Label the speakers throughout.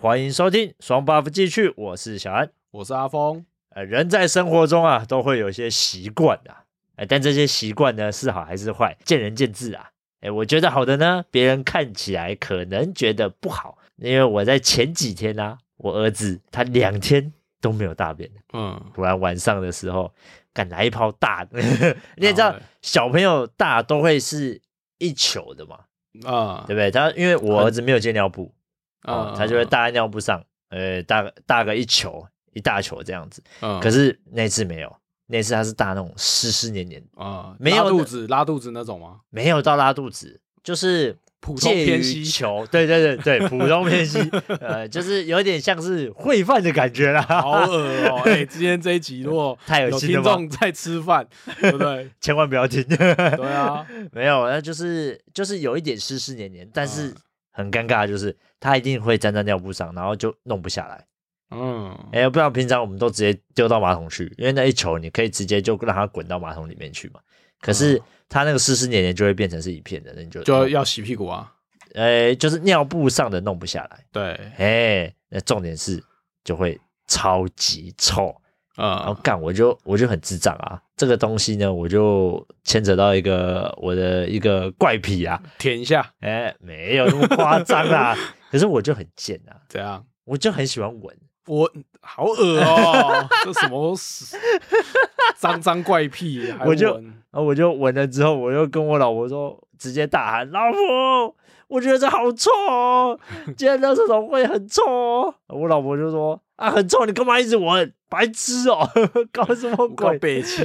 Speaker 1: 欢迎收听双 buff 继续，我是小安。
Speaker 2: 我是阿峰。
Speaker 1: 呃，人在生活中啊，都会有一些习惯啊，哎，但这些习惯呢，是好还是坏，见仁见智啊。哎，我觉得好的呢，别人看起来可能觉得不好，因为我在前几天啊，我儿子他两天都没有大便，
Speaker 2: 嗯，
Speaker 1: 突然晚上的时候，敢来一泡大的， 你也知道
Speaker 2: 然后嘞，
Speaker 1: 小朋友大都会是一球的嘛，
Speaker 2: 啊
Speaker 1: 对不对？他因为我儿子没有接尿布，哦
Speaker 2: 啊，
Speaker 1: 他就会大在尿布上，呃，大个大个一球一大球这样子。
Speaker 2: 嗯。
Speaker 1: 可是那次没有，那次他是大那种湿湿黏黏，
Speaker 2: 啊，
Speaker 1: 没有
Speaker 2: 拉
Speaker 1: 的
Speaker 2: 肚子，拉肚子那种吗？
Speaker 1: 没有到拉肚子，就是
Speaker 2: 普通
Speaker 1: 介
Speaker 2: 偏
Speaker 1: 于
Speaker 2: 西
Speaker 1: 球，对对对 对，普通偏西，呃，就是有点像是烩饭的感觉
Speaker 2: 好
Speaker 1: 啦。
Speaker 2: 恶哦！哎，今天这一集如果
Speaker 1: 太恶
Speaker 2: 有
Speaker 1: 心了
Speaker 2: 听
Speaker 1: 吧
Speaker 2: 众在吃饭，对 不对？
Speaker 1: 千万不要听，
Speaker 2: 对啊，
Speaker 1: 没有，那就是就是有一点湿湿黏黏，但是
Speaker 2: 嗯
Speaker 1: 很尴尬，就是他一定会粘在尿布上，然后就弄不下来。
Speaker 2: 嗯，
Speaker 1: 哎、不然平常我们都直接丢到马桶去，因为那一球你可以直接就让它滚到马桶里面去嘛。可是它那个湿湿黏黏就会变成是一片的，那你就
Speaker 2: 嗯就要洗屁股啊。
Speaker 1: 呃、就是尿布上的弄不下来。
Speaker 2: 对，
Speaker 1: 哎、那重点是就会超级臭。然后
Speaker 2: 嗯
Speaker 1: 干我就我就很智障啊，这个东西呢，我就牵扯到一个我的一个怪癖啊，
Speaker 2: 舔一下，
Speaker 1: 哎、没有那么夸张 啊，可是我就很贱啊，
Speaker 2: 怎样？
Speaker 1: 我就很喜欢闻。
Speaker 2: 我好恶 哦，这什么死脏脏怪癖？还
Speaker 1: 我就
Speaker 2: 闻
Speaker 1: 然后我就闻了之后，我又跟我老婆说，直接大喊：“老婆，我觉得这好臭哦，今天垃圾桶会很臭哦。” 我老婆就说：“啊，很臭，你干嘛一直闻？白痴哦， 搞什么
Speaker 2: 我靠
Speaker 1: 鬼？
Speaker 2: 北齐，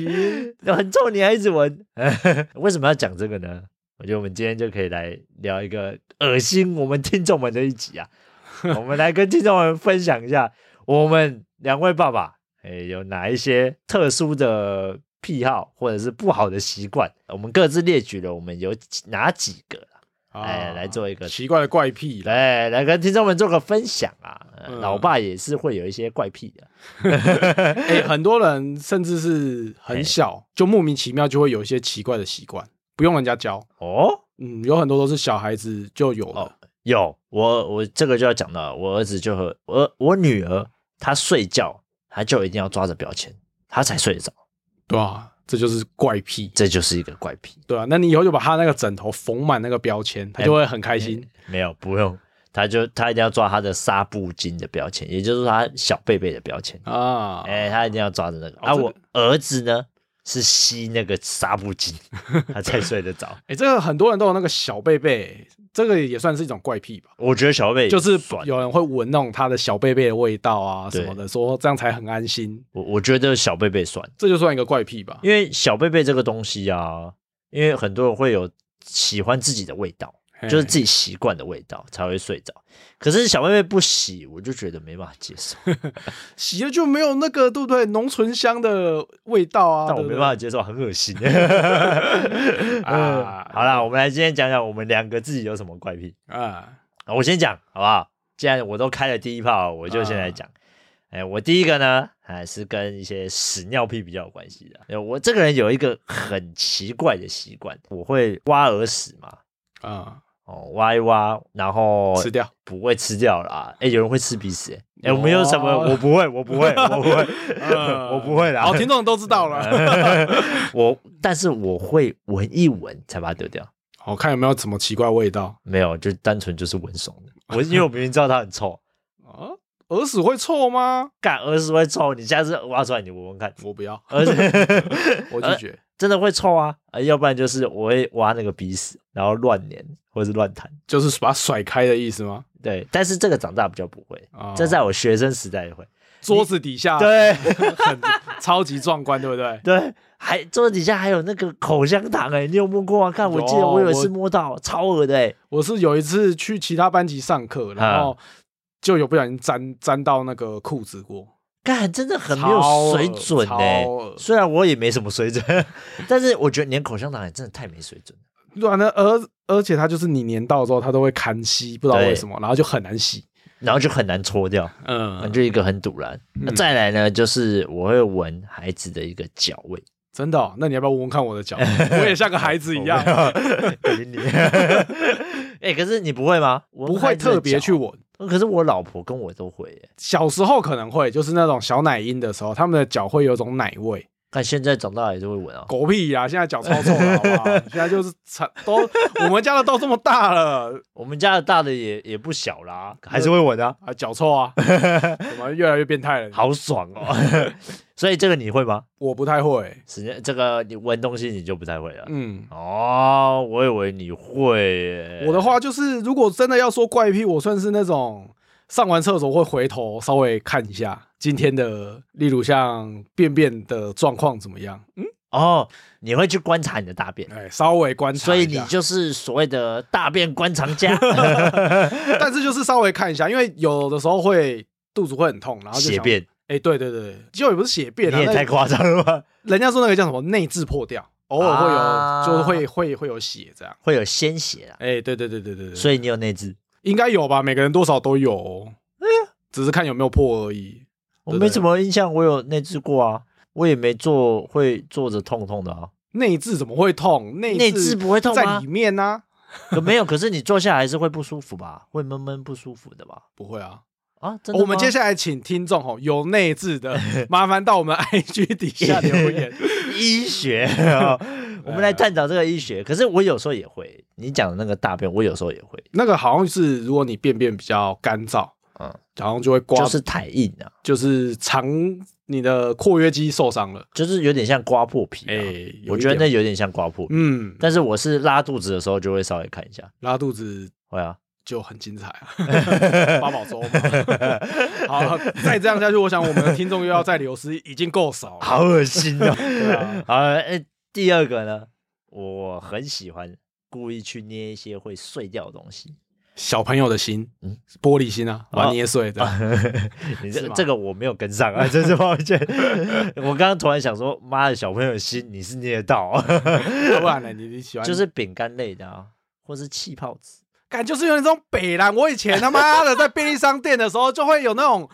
Speaker 1: 很臭你还一直闻？ 为什么要讲这个呢？我觉得我们今天就可以来聊一个恶心我们听众们的一集啊，我们来跟听众们分享一下我们两位爸爸，哎，有哪一些特殊的癖好或者是不好的习惯？我们各自列举了我们有几哪几个，哎
Speaker 2: 啊
Speaker 1: 来做一个
Speaker 2: 奇怪的怪癖
Speaker 1: 来
Speaker 2: 来。
Speaker 1: 来跟听众们做个分享啊。呃
Speaker 2: 嗯
Speaker 1: 老爸也是会有一些怪癖的，
Speaker 2: 哎、很多人甚至是
Speaker 1: 哎
Speaker 2: 很小就莫名其妙就会有一些奇怪的习惯，不用人家教。
Speaker 1: 哦，
Speaker 2: 嗯，有很多都是小孩子就有的。
Speaker 1: 哦有我我这个就要讲到，我儿子就和我我女儿，她睡觉，她就一定要抓着标签，她才睡得着，
Speaker 2: 对啊，这就是怪癖。
Speaker 1: 这就是一个怪癖。
Speaker 2: 对啊，那你以后就把他那个枕头缝满那个标签，他就会很开心。
Speaker 1: 没有，不用，她就她一定要抓她的纱布巾的标签，也就是她小贝贝的标签。
Speaker 2: 啊，
Speaker 1: 哎、她一定要抓着那个。啊，
Speaker 2: 哦这个
Speaker 1: 我儿子呢是吸那个纱布 巾，他才睡得着。
Speaker 2: 哎、这个很多人都有那个小贝贝，这个也算是一种怪癖吧。
Speaker 1: 我觉得小贝贝
Speaker 2: 就是
Speaker 1: 算
Speaker 2: 有人会闻那种他的小贝贝的味道啊
Speaker 1: 对
Speaker 2: 什么的，说这样才很安心，
Speaker 1: 我我觉得小贝贝算。
Speaker 2: 这就算一个怪癖吧。
Speaker 1: 因为小贝贝这个东西啊，因为很多人会有喜欢自己的味道，
Speaker 2: 哎
Speaker 1: 就是自己习惯的味道才会睡着。可是小贝贝不洗，我就觉得没办法接受，
Speaker 2: 啊洗了就没有那个对不对浓醇香的味道啊。
Speaker 1: 但我没
Speaker 2: 对不对
Speaker 1: 办法接受，很恶心。 嗯
Speaker 2: 啊
Speaker 1: 好啦，我们来今天讲讲我们两个自己有什么怪癖。
Speaker 2: 啊，
Speaker 1: 啊我先讲好不好？既然我都开了第一炮，我就先
Speaker 2: 啊
Speaker 1: 来讲。哎，我第一个呢，还是跟一些屎尿屁比较有关系的。哎我这个人有一个很奇怪的习惯，我会挖耳屎嘛，
Speaker 2: 啊、
Speaker 1: 哦，挖一挖，然后
Speaker 2: 吃 掉。
Speaker 1: 不会吃掉啦。哎、有人会吃鼻屎、欸，哎、我们
Speaker 2: 有
Speaker 1: 有
Speaker 2: 啊
Speaker 1: 什么？我不会，我不会，我不会，我不会啦。
Speaker 2: 哦好，听众都知道了。
Speaker 1: 我，但是我会闻一闻才把它丢掉。
Speaker 2: 好看有没有什么奇怪味 道？
Speaker 1: 没有，就单纯就是闻怂的。我因为我明明知道它很臭，
Speaker 2: 啊，耳屎会臭吗？
Speaker 1: 干儿子会臭，你下次挖出来你闻闻看，
Speaker 2: 我不 要，
Speaker 1: 儿子
Speaker 2: 我拒绝。
Speaker 1: 真的会臭啊！呃要不然就是我会挖那个鼻屎，然后乱粘或是乱弹。
Speaker 2: 就是把它甩开的意思吗？
Speaker 1: 对，但是这个长大比较不会，
Speaker 2: 啊，
Speaker 1: 这在我学生时代也会。
Speaker 2: 桌子底下，
Speaker 1: 对。
Speaker 2: 很超级壮观，对 不对？
Speaker 1: 对，还桌底下还有那个口香糖哎、你有摸过啊？看，我记得
Speaker 2: 有
Speaker 1: 我有一
Speaker 2: 我
Speaker 1: 次摸到，超恶的哎、
Speaker 2: 我是有一次去其他班级上
Speaker 1: 啊
Speaker 2: 课，然后就有不小心沾沾到那个裤子过。
Speaker 1: 干，真的很没有水准哎、
Speaker 2: 超恶
Speaker 1: 虽然我也没什么水准， 但是我觉得你连口香糖也真的太没水准了。
Speaker 2: 对啊，那而而且它就是你粘到之后，它都会堪吸，不知道
Speaker 1: 对
Speaker 2: 为什么，然后就很难洗。
Speaker 1: 然后就很难搓掉，
Speaker 2: 嗯，
Speaker 1: 就一个很堵然。那、
Speaker 2: 嗯
Speaker 1: 再来呢，就是我会闻孩子的一个脚味，
Speaker 2: 真的哦、那你要不要闻闻看我的脚？我也像个孩子一样，
Speaker 1: 哦 我没有。哎、可是你不会吗？
Speaker 2: 不
Speaker 1: 不
Speaker 2: 会特别去闻。
Speaker 1: 可是我老婆跟我都会欸耶，
Speaker 2: 小时候可能会，就是那种小奶音的时候，他们的脚会有种奶味。
Speaker 1: 但现在长大还是会闻啊。
Speaker 2: 狗屁呀、现在脚超臭了，好不好？现在就是产都我们家的都这么大了
Speaker 1: 我们家的大的也也不小啦，还是会闻啊，
Speaker 2: 啊，脚臭啊，怎么越来越变态了？，
Speaker 1: 好爽哦。 所以这个你会吗？
Speaker 2: 我不太会，
Speaker 1: 时间这个你闻东西你就不太会了。
Speaker 2: 嗯。
Speaker 1: 哦，我以为你会耶。
Speaker 2: 我的话就是，如果真的要说怪癖，我算是那种上完厕所会回头稍微看一下今天的，例如像便便的状况怎么样，嗯，
Speaker 1: 哦，你会去观察你的大便，
Speaker 2: 哎，稍微观察
Speaker 1: 所以
Speaker 2: 一
Speaker 1: 你
Speaker 2: 下，
Speaker 1: 就是所谓的大便观察家，
Speaker 2: 但是就是稍微看一下，因为有的时候会肚子会很痛，然后就
Speaker 1: 血
Speaker 2: 想，
Speaker 1: 便。
Speaker 2: 哎，对对对，就也不是血便
Speaker 1: 你
Speaker 2: 啊，
Speaker 1: 也
Speaker 2: 那
Speaker 1: 太夸张了吧？
Speaker 2: 人家说那个叫什么内痔破掉，偶尔会有，
Speaker 1: 啊
Speaker 2: 就是会会会有血这样，
Speaker 1: 会有鲜血啊，
Speaker 2: 哎，对对对对对对，
Speaker 1: 所
Speaker 2: 以
Speaker 1: 以你有内痔。
Speaker 2: 应该有吧，每个人多少都有哦，
Speaker 1: 哎
Speaker 2: 只是看有没有破而已。
Speaker 1: 我
Speaker 2: 对不
Speaker 1: 没
Speaker 2: 对
Speaker 1: 什么印象，我有内痔过啊，我也没坐会坐着痛痛的啊。
Speaker 2: 内痔怎么会痛？内
Speaker 1: 内痔不会痛
Speaker 2: 在
Speaker 1: 吗
Speaker 2: 里？面啊呢、
Speaker 1: 可没有，可是你坐下来还是会不舒服吧？会闷闷不舒服的吧？
Speaker 2: 不会啊。
Speaker 1: 啊，真的吗
Speaker 2: 我们 接下来请听众吼有内痔的，麻烦到我们 IG 底下留言。
Speaker 1: 医学啊、 我们来探讨这个医学。可是我有时候也会，你讲的那个大便，我有时候也会，
Speaker 2: 那个好像是如果你便便比较干燥，
Speaker 1: 嗯，
Speaker 2: 然后就会刮，
Speaker 1: 就是太硬啊，
Speaker 2: 就是肠你的括约肌受伤了。
Speaker 1: 就是有点像刮破皮、啊。
Speaker 2: 哎、有一
Speaker 1: 我觉得那
Speaker 2: 点
Speaker 1: 有点像刮破皮，
Speaker 2: 嗯，
Speaker 1: 但是我是拉肚子的时候就会稍微看一下，
Speaker 2: 拉肚子
Speaker 1: 会 啊。
Speaker 2: 就很精彩啊， 八宝粥嘛。好，再这样下去，我想我们的听众又要再流失，已经够少了。
Speaker 1: 好恶心 哦！
Speaker 2: 啊
Speaker 1: 好，哎，第二个呢，我很喜欢故意去捏一些会碎掉的东西。
Speaker 2: 小朋友的心，
Speaker 1: 嗯
Speaker 2: 玻璃心啊，把它
Speaker 1: 哦
Speaker 2: 捏碎的。
Speaker 1: 你
Speaker 2: 是
Speaker 1: 这
Speaker 2: 吗
Speaker 1: 这个我没有跟上啊， 真是抱歉。我刚刚突然想说，妈的，小朋友的心你是捏得到哦，
Speaker 2: 要不然呢？你你喜欢
Speaker 1: 就是饼干类的啊，或是气泡纸。
Speaker 2: 感，就是有那种北兰。我以前他妈的在便利商店的时候，就会有那种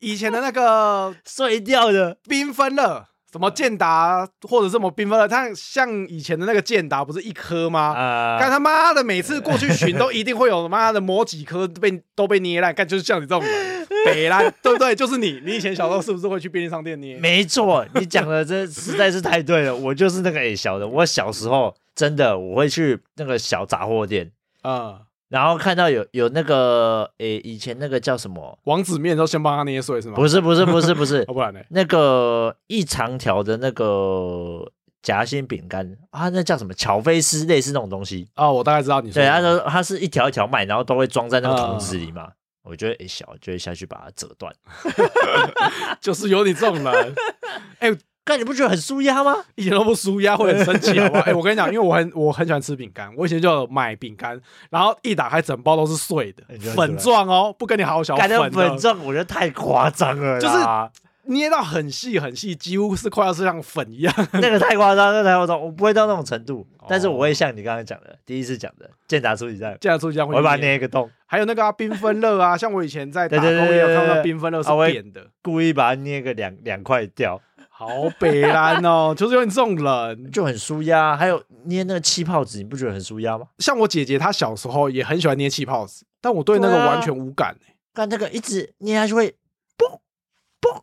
Speaker 2: 以前的那个
Speaker 1: 碎掉的
Speaker 2: 缤纷乐，什么健达或者什么缤纷乐，它像以前的那个健达不是一颗吗？
Speaker 1: 啊，
Speaker 2: 干他妈的，每次过去巡都一定会有他妈的某几颗被 都被捏烂，干就是像你这种 人北兰，对不对？就是你，你以前小时候是不是会去便利商店捏？
Speaker 1: 没错，你讲的这实在是太对了。 我就是那个矮小的，我小时候真的我会去那个小杂货店，
Speaker 2: 啊，
Speaker 1: 然后看到有有那个诶、以前那个叫什么？
Speaker 2: 王子面都先帮他捏碎是吗？
Speaker 1: 不是不是不是不是
Speaker 2: 要不然呢？
Speaker 1: 那个一长条的那个夹心饼干啊，那叫什么乔菲斯类似那种东西。
Speaker 2: 啊，啊我大概知道你说
Speaker 1: 对，
Speaker 2: 的。
Speaker 1: 他说它是一条一条卖，然后都会装在那个桶子里嘛。我觉得诶、小就会下去把它折断，
Speaker 2: 就是有你这种人，
Speaker 1: 但你不觉得很舒压吗？
Speaker 2: 一点都不舒压，会很生 气，好不好？哎、我跟你讲，因为我很我很喜欢吃饼干，我以前就有买饼干，然后一打开整包都是碎的
Speaker 1: 哎你就，很
Speaker 2: 粉状哦，不跟你好小哦
Speaker 1: 感
Speaker 2: 粉
Speaker 1: 觉
Speaker 2: 的，
Speaker 1: 粉状我觉得太夸张了啦，
Speaker 2: 捏到很细很细，几乎是快要是像粉一样。
Speaker 1: 就是那个太夸张，那个太夸张，我不会到那种程度，
Speaker 2: 哦
Speaker 1: 但是我会像你刚刚讲的，第一次讲的健达出比赛，
Speaker 2: 这样出这样
Speaker 1: 我
Speaker 2: 会
Speaker 1: 会把它
Speaker 2: 捏
Speaker 1: 捏一个洞，
Speaker 2: 还有那个啊，缤纷乐啊，像我以前在打
Speaker 1: 对
Speaker 2: 工
Speaker 1: 对对
Speaker 2: 也有
Speaker 1: 对对
Speaker 2: 看到
Speaker 1: 对对
Speaker 2: 缤纷乐是
Speaker 1: 啊我也
Speaker 2: 扁的，
Speaker 1: 故意把它捏个两两块掉，
Speaker 2: 好北蓝哦，就是有你这种人。
Speaker 1: 就很舒压。啊还有捏那个气泡纸，你不觉得很舒压吗？
Speaker 2: 像我姐姐她小时候也很喜欢捏气泡纸，但我对那个
Speaker 1: 对啊
Speaker 2: 完全无感、欸
Speaker 1: 看那个一直捏下去会嘣嘣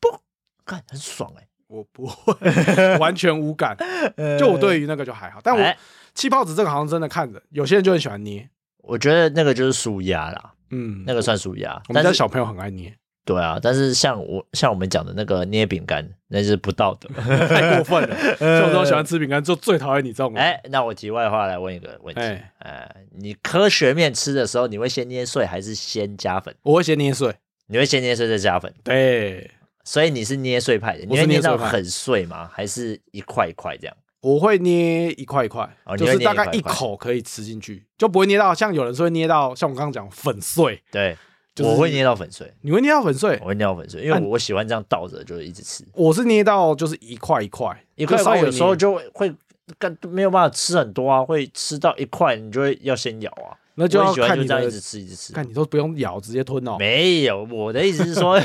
Speaker 1: 嘣，看很爽哎、
Speaker 2: 我不会， 完全无 感。
Speaker 1: 呃
Speaker 2: 就我对于那个就还好，但我
Speaker 1: 哎
Speaker 2: 气泡纸这个好像真的看着，有些人就很喜欢捏。
Speaker 1: 我觉得那个就是舒压啦，
Speaker 2: 嗯，
Speaker 1: 那个算舒压。
Speaker 2: 我们
Speaker 1: 但
Speaker 2: 家
Speaker 1: 是
Speaker 2: 小朋友很爱捏，
Speaker 1: 对啊，但是像我像我们讲的那个捏饼干，那是不道 德。
Speaker 2: 太过 分了。呃小时候喜欢吃饼干，就最讨厌你这种人。
Speaker 1: 哎，那我题外话来问一个问题，
Speaker 2: 哎
Speaker 1: 哎，你科学面吃的时候，你会先捏碎还是先加粉？
Speaker 2: 我会先捏碎。
Speaker 1: 你会先捏碎再加粉，
Speaker 2: 对，
Speaker 1: 所以你是捏碎派的，
Speaker 2: 我
Speaker 1: 你
Speaker 2: 是
Speaker 1: 会
Speaker 2: 捏
Speaker 1: 捏
Speaker 2: 碎
Speaker 1: 到
Speaker 2: 派
Speaker 1: 很碎吗？还是一块一块这样？
Speaker 2: 我会捏一块一块
Speaker 1: 哦，你
Speaker 2: 就
Speaker 1: 会
Speaker 2: 是
Speaker 1: 捏
Speaker 2: 大
Speaker 1: 一块
Speaker 2: 概
Speaker 1: 一
Speaker 2: 一
Speaker 1: 块
Speaker 2: 口可以吃进去，就不会捏到像有人说会捏到，像我刚刚讲粉碎，
Speaker 1: 对，
Speaker 2: 就是
Speaker 1: 我会捏到粉碎，
Speaker 2: 你会捏到粉碎
Speaker 1: 我。会捏到粉碎，因为
Speaker 2: 啊
Speaker 1: 我我喜欢这样倒着，就是一直吃。
Speaker 2: 我是捏到就是一块一块，
Speaker 1: 一块一
Speaker 2: 就稍
Speaker 1: 块
Speaker 2: 微
Speaker 1: 有时候
Speaker 2: 捏
Speaker 1: 就会干没有办法吃很多啊，会吃到一块你就会要先咬啊。
Speaker 2: 那就
Speaker 1: 我
Speaker 2: 要
Speaker 1: 很喜欢
Speaker 2: 看
Speaker 1: 就
Speaker 2: 你
Speaker 1: 这样一
Speaker 2: 的
Speaker 1: 直，吃一直吃。
Speaker 2: 看你都不用咬，直接吞哦。
Speaker 1: 没有，我的意思是说，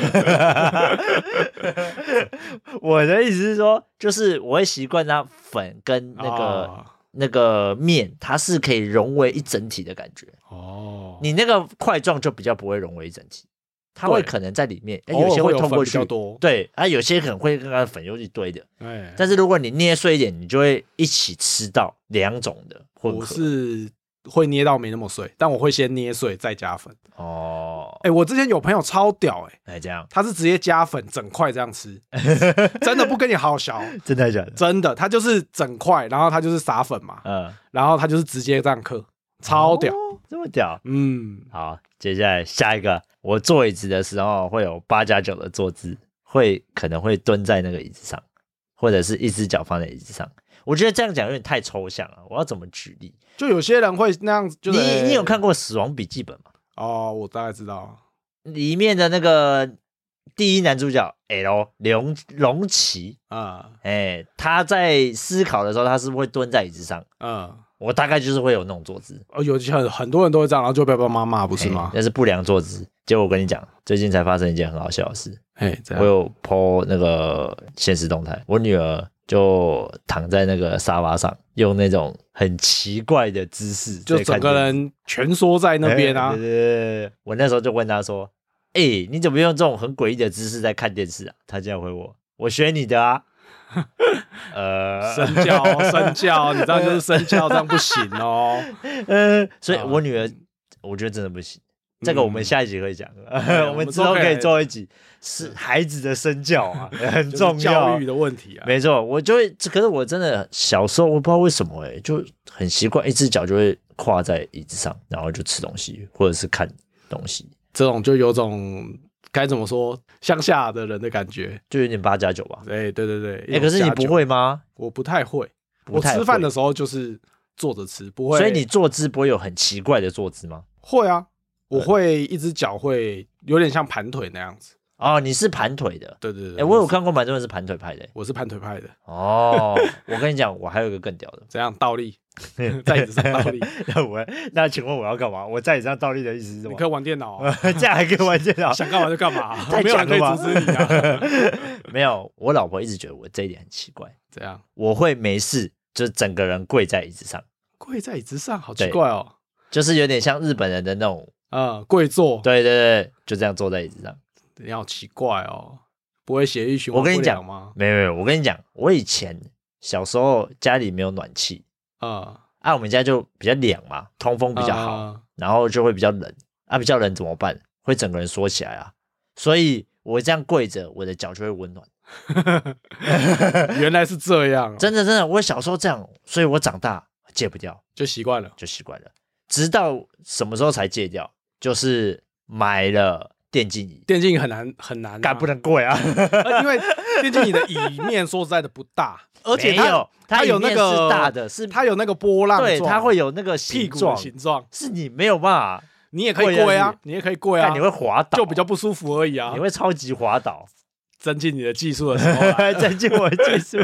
Speaker 1: 我的意思是说，就是我会习惯让粉跟那个
Speaker 2: 啊
Speaker 1: 那个面，它是可以融为一整体的感觉。
Speaker 2: 哦，
Speaker 1: 你那个块状就比较不会融为一整体，它
Speaker 2: 对
Speaker 1: 会可能在里面，哎
Speaker 2: 偶尔
Speaker 1: 有些
Speaker 2: 会有
Speaker 1: 通
Speaker 2: 粉
Speaker 1: 过
Speaker 2: 比
Speaker 1: 去
Speaker 2: 较，多，
Speaker 1: 对，啊，有些可能会跟它的粉又一堆的。
Speaker 2: 哎，
Speaker 1: 但是如果你捏碎一点，你就会一起吃到两种的混
Speaker 2: 我
Speaker 1: 合。
Speaker 2: 是会捏到没那么碎，但我会先捏碎再加粉。
Speaker 1: 哦，
Speaker 2: 哎，我之前有朋友超屌哎、
Speaker 1: 哎，这样
Speaker 2: 他是直接加粉整块这 样吃，真的不跟你好小，
Speaker 1: 真的假的？
Speaker 2: 真的，他就是整块，然后他就是撒粉嘛，
Speaker 1: 嗯，
Speaker 2: 然后他就是直接这样嗑，超屌。
Speaker 1: 哦这么屌。
Speaker 2: 嗯，
Speaker 1: 好，接下来下一个，我坐椅子的时候会有八加九的坐姿，会可能会蹲在那个椅子上，或者是一只脚放在椅子上。我觉得这样讲有点太抽象了，我要怎么举例？
Speaker 2: 就有些人会那样，就是
Speaker 1: 你你有看过《死亡笔记本》吗？
Speaker 2: 哦，我大概知道。
Speaker 1: 里面的那个第一男主角 L 龙龙骑，
Speaker 2: 嗯
Speaker 1: 哎、他在思考的时候，他是不是会蹲在椅子上？
Speaker 2: 嗯，
Speaker 1: 我大概就是会有那种坐姿，
Speaker 2: 哦，有很很多人都会这样，然后就被爸妈骂，不是
Speaker 1: 哎
Speaker 2: 吗？
Speaker 1: 那是不良坐姿。结果我跟你讲，最近才发生一件很好笑的事。
Speaker 2: 哎，这
Speaker 1: 我
Speaker 2: 样
Speaker 1: 有 PO 那个现实动态，我女儿就躺在那个沙发上，用那种很奇怪的姿势，
Speaker 2: 就整个人蜷缩在那边啊
Speaker 1: 对。对对对，我那时候就问她说：“哎、你怎么用这种很诡异的姿势在看电视啊？”她竟然回我：“我学你的啊。” 呃，
Speaker 2: 身教， 身教，你知道就是身教，这样不行哦。
Speaker 1: 呃，所以
Speaker 2: 啊
Speaker 1: 我女儿，我觉得真的不行。这个我们
Speaker 2: 嗯
Speaker 1: 下一集会讲，
Speaker 2: 对
Speaker 1: 我们之
Speaker 2: 我
Speaker 1: 后可
Speaker 2: 们都可以嗯
Speaker 1: 以做一集，是孩子的身教 啊， 很
Speaker 2: 就是
Speaker 1: 重要
Speaker 2: 教。育的问题啊。
Speaker 1: 没错，我就会，可是我真的小时候我不知道为什么哎、就很习惯一只脚就会跨在椅子上，然后就吃东西或者是看东西，
Speaker 2: 这种就有种该怎么说乡下的人的感觉。
Speaker 1: 就有点八加九吧。
Speaker 2: 哎，对对对。
Speaker 1: 哎、可是你不，会吗？
Speaker 2: 我不太会。
Speaker 1: 不
Speaker 2: 我
Speaker 1: 太会
Speaker 2: 吃饭的时候就是坐着吃，不会。
Speaker 1: 所以你坐姿不会有很奇怪的坐姿吗？
Speaker 2: 会啊？我会一只脚会有点像盘腿那样子。
Speaker 1: 哦，你是盘腿的。
Speaker 2: 对对
Speaker 1: 哎、
Speaker 2: 对，
Speaker 1: 我有看过蛮多人是盘腿拍的、欸
Speaker 2: 我是盘腿派的，
Speaker 1: 哦，我跟你讲，我还有一个更屌的。
Speaker 2: 怎样倒立，在椅子上倒立，
Speaker 1: 那我那请问我要干嘛？我在你上倒立的意思是什
Speaker 2: 你
Speaker 1: 么
Speaker 2: 可？以玩电脑啊、
Speaker 1: 这样还可以玩电脑？
Speaker 2: 想干嘛就干嘛、
Speaker 1: 太
Speaker 2: 没有人
Speaker 1: 强
Speaker 2: 可以
Speaker 1: 了吧
Speaker 2: 阻止你啊。
Speaker 1: 没有，我老婆一直觉得我这一点很奇怪。
Speaker 2: 怎样？
Speaker 1: 我会没事，就整个人跪在椅子上，
Speaker 2: 跪在椅子上，好奇怪哦。
Speaker 1: 就是有点像日本人的那种，
Speaker 2: 啊，跪坐，
Speaker 1: 对对对，就这样坐在椅子上。
Speaker 2: 你好奇怪哦，不会血液循环
Speaker 1: 我跟你
Speaker 2: 不
Speaker 1: 讲
Speaker 2: 良吗？
Speaker 1: 没有没有，我跟你讲，我以前小时候家里没有暖气，
Speaker 2: 啊、
Speaker 1: 啊，我们家就比较凉嘛，通风比较好，
Speaker 2: 啊
Speaker 1: 然后就会比较冷，啊，比较冷怎么办？会整个人缩起来啊，所以我这样跪着，我的脚就会温暖。
Speaker 2: 呃原来是这样、哦，
Speaker 1: 真的真的，我小时候这样，所以我长大戒不掉，
Speaker 2: 就习惯了。
Speaker 1: 就习惯了。直到什么时候才戒掉？就是买了电竞 椅。
Speaker 2: 电竞椅很难很难、啊，
Speaker 1: 干不能跪 啊！
Speaker 2: 呃因为电竞椅的椅面说实在的不 大，而且
Speaker 1: 没
Speaker 2: 它
Speaker 1: 有它
Speaker 2: 有
Speaker 1: 椅
Speaker 2: 那
Speaker 1: 面
Speaker 2: 个
Speaker 1: 是大的，是
Speaker 2: 它有那个波浪状，
Speaker 1: 对，它会有那个
Speaker 2: 屁
Speaker 1: 形
Speaker 2: 股的
Speaker 1: 状，
Speaker 2: 形状，
Speaker 1: 是你没有办法，
Speaker 2: 你也可以
Speaker 1: 跪啊
Speaker 2: 跪啊
Speaker 1: 是，
Speaker 2: 你也可以跪啊，
Speaker 1: 但你会滑倒，
Speaker 2: 就比较不舒服而已啊
Speaker 1: 你。会超级滑 倒，
Speaker 2: 增进你的技术的 时候啊，
Speaker 1: 增进我的技术。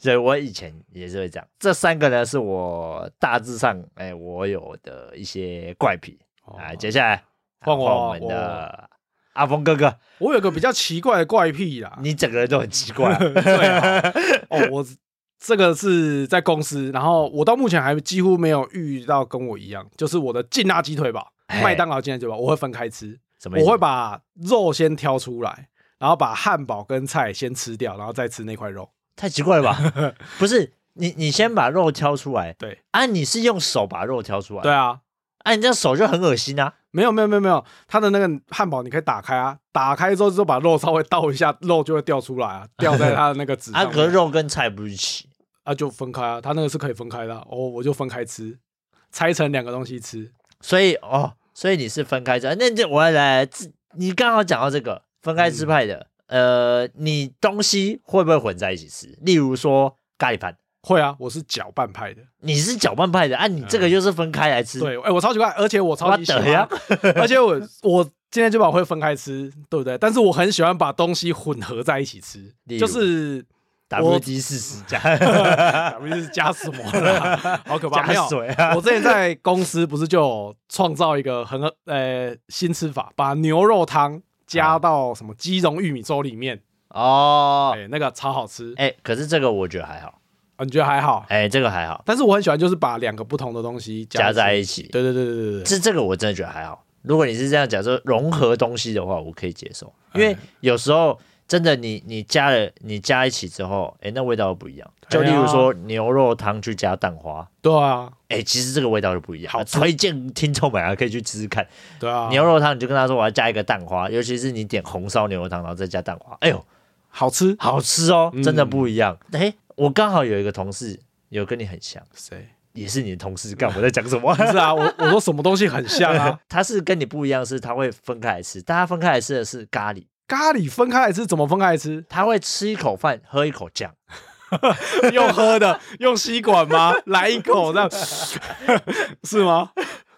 Speaker 1: 所以我以前也是会这样。这三个呢，是我大致上哎我有的一些怪癖啊。接下来
Speaker 2: 哦换我啊
Speaker 1: 我们的阿峰哥哥，
Speaker 2: 我有个比较奇怪的怪 癖啦，
Speaker 1: 你整个人都很奇 怪啊，
Speaker 2: 对啊哦，我这个是在公司，然后我到目前还几乎没有遇到跟我一样，就是我的劲辣鸡腿堡，
Speaker 1: 哎
Speaker 2: 麦当劳劲辣鸡腿堡，我会分开吃，
Speaker 1: 什么意思？
Speaker 2: 我会把肉先挑出来，然后把汉堡跟菜先吃掉，然后再吃那块肉。
Speaker 1: 太奇怪了 吧？不是，你你先把肉挑出来，
Speaker 2: 对
Speaker 1: 啊，你是用手把肉挑出来，
Speaker 2: 对啊，
Speaker 1: 啊，你这样手就很恶心啊。
Speaker 2: 没有没有没有没有，它的那个汉堡你可以打开啊，打开之后就把肉稍微倒一下，肉就会掉出来啊，掉在它的那个纸
Speaker 1: 啊，
Speaker 2: 上
Speaker 1: 可是
Speaker 2: 面
Speaker 1: 肉跟菜不是一起
Speaker 2: 啊就分开啊，它那个是可以分开的啊、哦，我就分开吃，拆成两个东西吃。
Speaker 1: 所以哦，所以你是分开吃。那这我要来，自你刚好讲到这个分开吃派的，
Speaker 2: 嗯
Speaker 1: 呃，你东西会不会混在一起吃？例如说咖喱饭，
Speaker 2: 会啊，我是搅拌派的。
Speaker 1: 你是搅拌派的，啊，你这个又是分开来吃，
Speaker 2: 对，哎、我超奇怪，而且我超级喜欢，
Speaker 1: What the
Speaker 2: 而且我我今天就把我会分开吃，对不对？但是我很喜欢把东西混合在一起吃
Speaker 1: 例，如
Speaker 2: 就是我
Speaker 1: w d 四十加
Speaker 2: 啊不是加什么啦，好 可怕！没
Speaker 1: 加
Speaker 2: 有，
Speaker 1: 水啊，
Speaker 2: 我之前在公司不是就有创造一个很呃新吃法，把牛肉汤加到什么鸡茸玉米粥里面，
Speaker 1: 哦
Speaker 2: 哎、，那个超好吃。
Speaker 1: 哎，可是这个我觉得还好，
Speaker 2: 啊你觉得还好？
Speaker 1: 哎、这个还好，
Speaker 2: 但是我很喜欢，就是把两个不同的东西
Speaker 1: 加在
Speaker 2: 一
Speaker 1: 一
Speaker 2: 起。
Speaker 1: 起，
Speaker 2: 对对对对对对对，
Speaker 1: 这这个我真的觉得还好。如果你是这样讲说融合东西的话，我可以接受，因
Speaker 2: 哎
Speaker 1: 为有时候真的你你加了你加一起之后，哎、那味道又不一样。就
Speaker 2: 对啊
Speaker 1: 例如说牛肉汤去加蛋花，
Speaker 2: 对啊，
Speaker 1: 哎、其实这个味道就不一样。
Speaker 2: 好吃
Speaker 1: 推荐听众们啊，可以去吃吃看。
Speaker 2: 对啊，
Speaker 1: 牛肉汤你就跟他说我要加一个蛋花，尤其是你点红烧牛肉汤，然后再加蛋花，哎呦，
Speaker 2: 好吃。
Speaker 1: 好吃哦，
Speaker 2: 嗯
Speaker 1: 真的不一样。哎、我刚好有一个同事有跟你很像，
Speaker 2: 谁？
Speaker 1: 也是你的同事，干我在讲什么？
Speaker 2: 不是啊，我我说什么东西很像啊？
Speaker 1: 他是跟你不一样，是他会分开来吃，但他分开来吃的是咖喱，
Speaker 2: 咖喱分开来吃，怎么分开来吃？
Speaker 1: 他会吃一口饭，喝一口酱，
Speaker 2: 用喝的，用吸管吗？来一口这样， 是吗？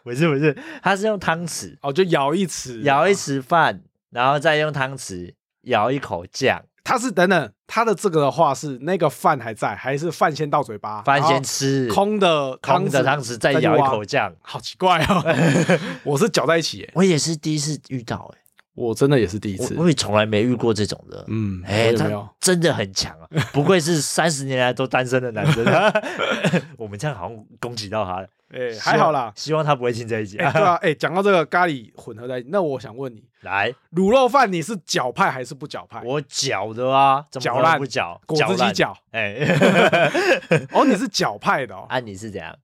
Speaker 1: 不是不是，他是用汤匙
Speaker 2: 哦，就咬一匙，
Speaker 1: 舀一。匙饭，然后再用汤匙舀一口酱，
Speaker 2: 它是等等，它的这个的话是那个饭还在，还是饭先到嘴巴？
Speaker 1: 饭先
Speaker 2: 然后
Speaker 1: 吃，
Speaker 2: 空的
Speaker 1: 空
Speaker 2: 匙
Speaker 1: 的汤匙再
Speaker 2: 再去
Speaker 1: 舀一
Speaker 2: 挖
Speaker 1: 口酱。
Speaker 2: 好奇怪 哦！我是搅在一起耶，
Speaker 1: 我也是第一次遇到、欸，
Speaker 2: 我真的也是第一次
Speaker 1: 我。我也从来没遇过这种的。
Speaker 2: 嗯，
Speaker 1: 哎、
Speaker 2: 我有没有
Speaker 1: 他？真的很强 啊！不愧是三十年来都单身的男生。啊我们这样好像攻击到他了，
Speaker 2: 哎，还好啦。
Speaker 1: 希望希望他不会听这 一集
Speaker 2: 哎，
Speaker 1: 啊。
Speaker 2: 对啊，哎，讲到这个咖喱混合在一起，那我想问你，
Speaker 1: 来，
Speaker 2: 卤肉饭你是搅派还是不搅派？
Speaker 1: 我搅的啊，怎么
Speaker 2: 搅
Speaker 1: 可能
Speaker 2: 烂
Speaker 1: 不搅？
Speaker 2: 果汁机
Speaker 1: 烂。
Speaker 2: 搅。
Speaker 1: 哎，
Speaker 2: 哦，你是搅派的哦，
Speaker 1: 啊，你是怎样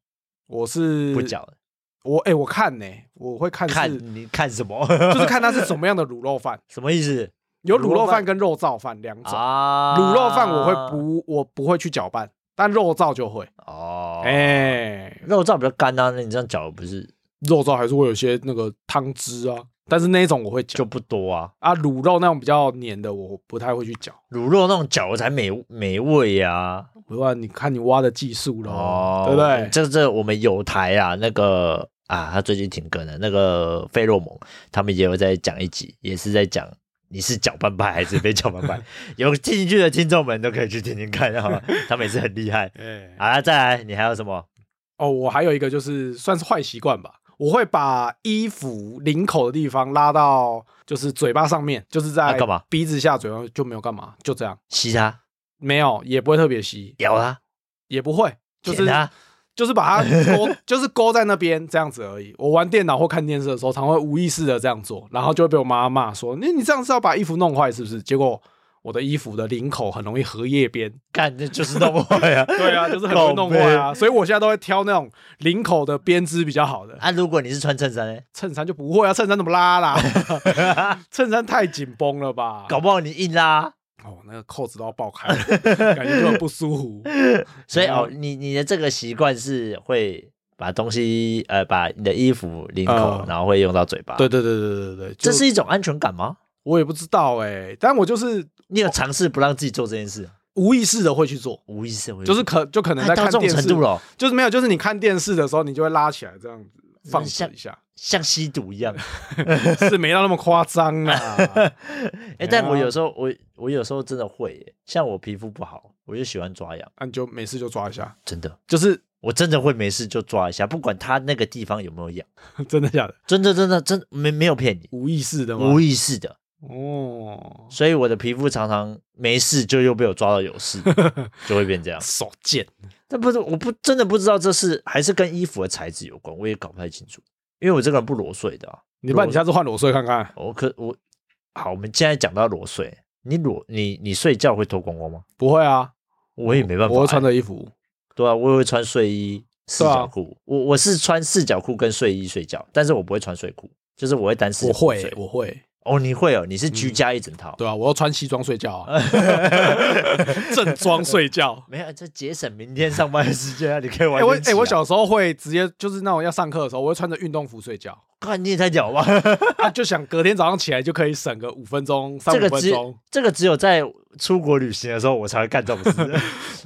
Speaker 2: 我是
Speaker 1: 不。搅的？
Speaker 2: 我哎，我看呢，我会看
Speaker 1: 看
Speaker 2: 是
Speaker 1: 你看什么？
Speaker 2: 就是看它是什么样的卤肉饭，
Speaker 1: 什么意思
Speaker 2: 有卤
Speaker 1: 卤肉
Speaker 2: 肉
Speaker 1: 饭
Speaker 2: 饭跟肉燥饭两种。
Speaker 1: 啊？
Speaker 2: 卤肉饭我会不，我不会去搅拌，但肉燥就会。
Speaker 1: 哦，
Speaker 2: 哎，
Speaker 1: 肉燥比较干啊，那你这样搅不是
Speaker 2: 肉燥还是会有一些那个汤汁啊，但是那一种我会搅
Speaker 1: 就不多啊？
Speaker 2: 啊，卤肉那种比较黏的我不太会去搅。
Speaker 1: 卤肉那种搅的才美美味啊呀、
Speaker 2: 不然你看你挖的技术
Speaker 1: 嗯
Speaker 2: 咯，
Speaker 1: 哦，
Speaker 2: 对不对？
Speaker 1: 这这我们有台啊，那个啊，他最近停更了，那个费洛蒙他们也有在讲一集，也是在讲你是搅拌派还是非搅拌 派，有听进去的听众们都可以去听听看啊，他们也是很厉害。
Speaker 2: 哎、
Speaker 1: 好了，再来，你还有什么？
Speaker 2: 哦，我还有一个就是算是坏习惯吧，我会把衣服领口的地方拉到就是嘴巴上面，就是在
Speaker 1: 啊干嘛？
Speaker 2: 鼻子下嘴巴就没有干嘛，就这样，
Speaker 1: 吸它，
Speaker 2: 没有也不会特别吸，
Speaker 1: 咬它，
Speaker 2: 也不会，就是
Speaker 1: 舔它，
Speaker 2: 就是把它勾， 就是勾在那边这样子而已。我玩电脑或看电视的时候，常会无意识的这样做，然后就会被我妈妈骂说：“你你这样是要把衣服弄坏是不是？”结果我的衣服的领口很容易荷叶边，
Speaker 1: 干，这就是弄坏啊。
Speaker 2: 对啊，就是很容易弄坏啊。所以我现在都会挑那种领口的编织比较好的
Speaker 1: 啊，如果你是穿衬衫呢，
Speaker 2: 衬衫，就不会啊。衬衫怎么拉啦？ 衬衫太紧绷了吧？
Speaker 1: 搞不好你硬拉。
Speaker 2: 哦，那个扣子都要爆开了，感觉就很不舒服。
Speaker 1: 所以
Speaker 2: 然后
Speaker 1: 哦，你你的这个习惯是会把东西呃，把你的衣服领口，
Speaker 2: 嗯
Speaker 1: 然后会用到嘴巴。
Speaker 2: 对对对对对对对，
Speaker 1: 这
Speaker 2: 就是
Speaker 1: 一种安全感吗？
Speaker 2: 我也不知道哎、但我就是
Speaker 1: 你有尝试不让自己做这件事，
Speaker 2: 无意识的会去做。
Speaker 1: 无意识，无意识
Speaker 2: 就是可就可能
Speaker 1: 哎
Speaker 2: 在
Speaker 1: 到
Speaker 2: 看
Speaker 1: 这种
Speaker 2: 电
Speaker 1: 程
Speaker 2: 视，
Speaker 1: 度了哦，
Speaker 2: 就是没有，就是你看电视的时候，你就会拉起来这样子放置一下，
Speaker 1: 像吸毒一样。
Speaker 2: 是没到那么夸张 啊。
Speaker 1: 哎，但我有时候我我有时候真的会耶，像我皮肤不好，我就喜欢抓痒，
Speaker 2: 那你就没事就抓一下，
Speaker 1: 真的，
Speaker 2: 就是
Speaker 1: 我真的会没事就抓一下，不管它那个地方有没有痒，
Speaker 2: 真的假的，
Speaker 1: 真的真的真没没有骗你，
Speaker 2: 无意识的吗
Speaker 1: 无？意识的。
Speaker 2: 哦，
Speaker 1: 所以我的皮肤常常没事就又被我抓到有事，
Speaker 2: 哦
Speaker 1: 就会变这 样。
Speaker 2: 手贱，
Speaker 1: 但不是，我不真的不知道这是还是跟衣服的材质有关，我也搞不太清楚，因为我这个人不裸睡的、啊。
Speaker 2: 你不然你下次换裸睡看看。
Speaker 1: 我哦可我好，我们现在讲到裸睡，你裸你你睡觉会脱光光吗？
Speaker 2: 不会啊，
Speaker 1: 我也没办法、
Speaker 2: 我会穿啊
Speaker 1: 的
Speaker 2: 着衣服，
Speaker 1: 对啊，我也会穿睡衣、四角裤。我我是穿四角裤跟睡衣睡觉，但是我不会穿睡裤，就是我会单四
Speaker 2: 我
Speaker 1: 角裤
Speaker 2: 会
Speaker 1: 睡。
Speaker 2: 我会，
Speaker 1: 哦，你会哦，你是居家一整套。
Speaker 2: 对啊，我要穿西装睡觉啊， 正装睡觉。
Speaker 1: 没有，这节省明天上班的时间啊！你可以
Speaker 2: 哎、
Speaker 1: 玩
Speaker 2: 我
Speaker 1: 天
Speaker 2: 哎、
Speaker 1: 气啊、
Speaker 2: 我小时候会直接就是那种要上课的时候，我会穿着运动服睡觉，
Speaker 1: 看你也太屌了吧！
Speaker 2: 啊，就想隔天早上起来就可以省个五分钟、三
Speaker 1: 这
Speaker 2: 五
Speaker 1: 个
Speaker 2: 分
Speaker 1: 只
Speaker 2: 钟。
Speaker 1: 这个只有在出国旅行的时候我才会干这种 事，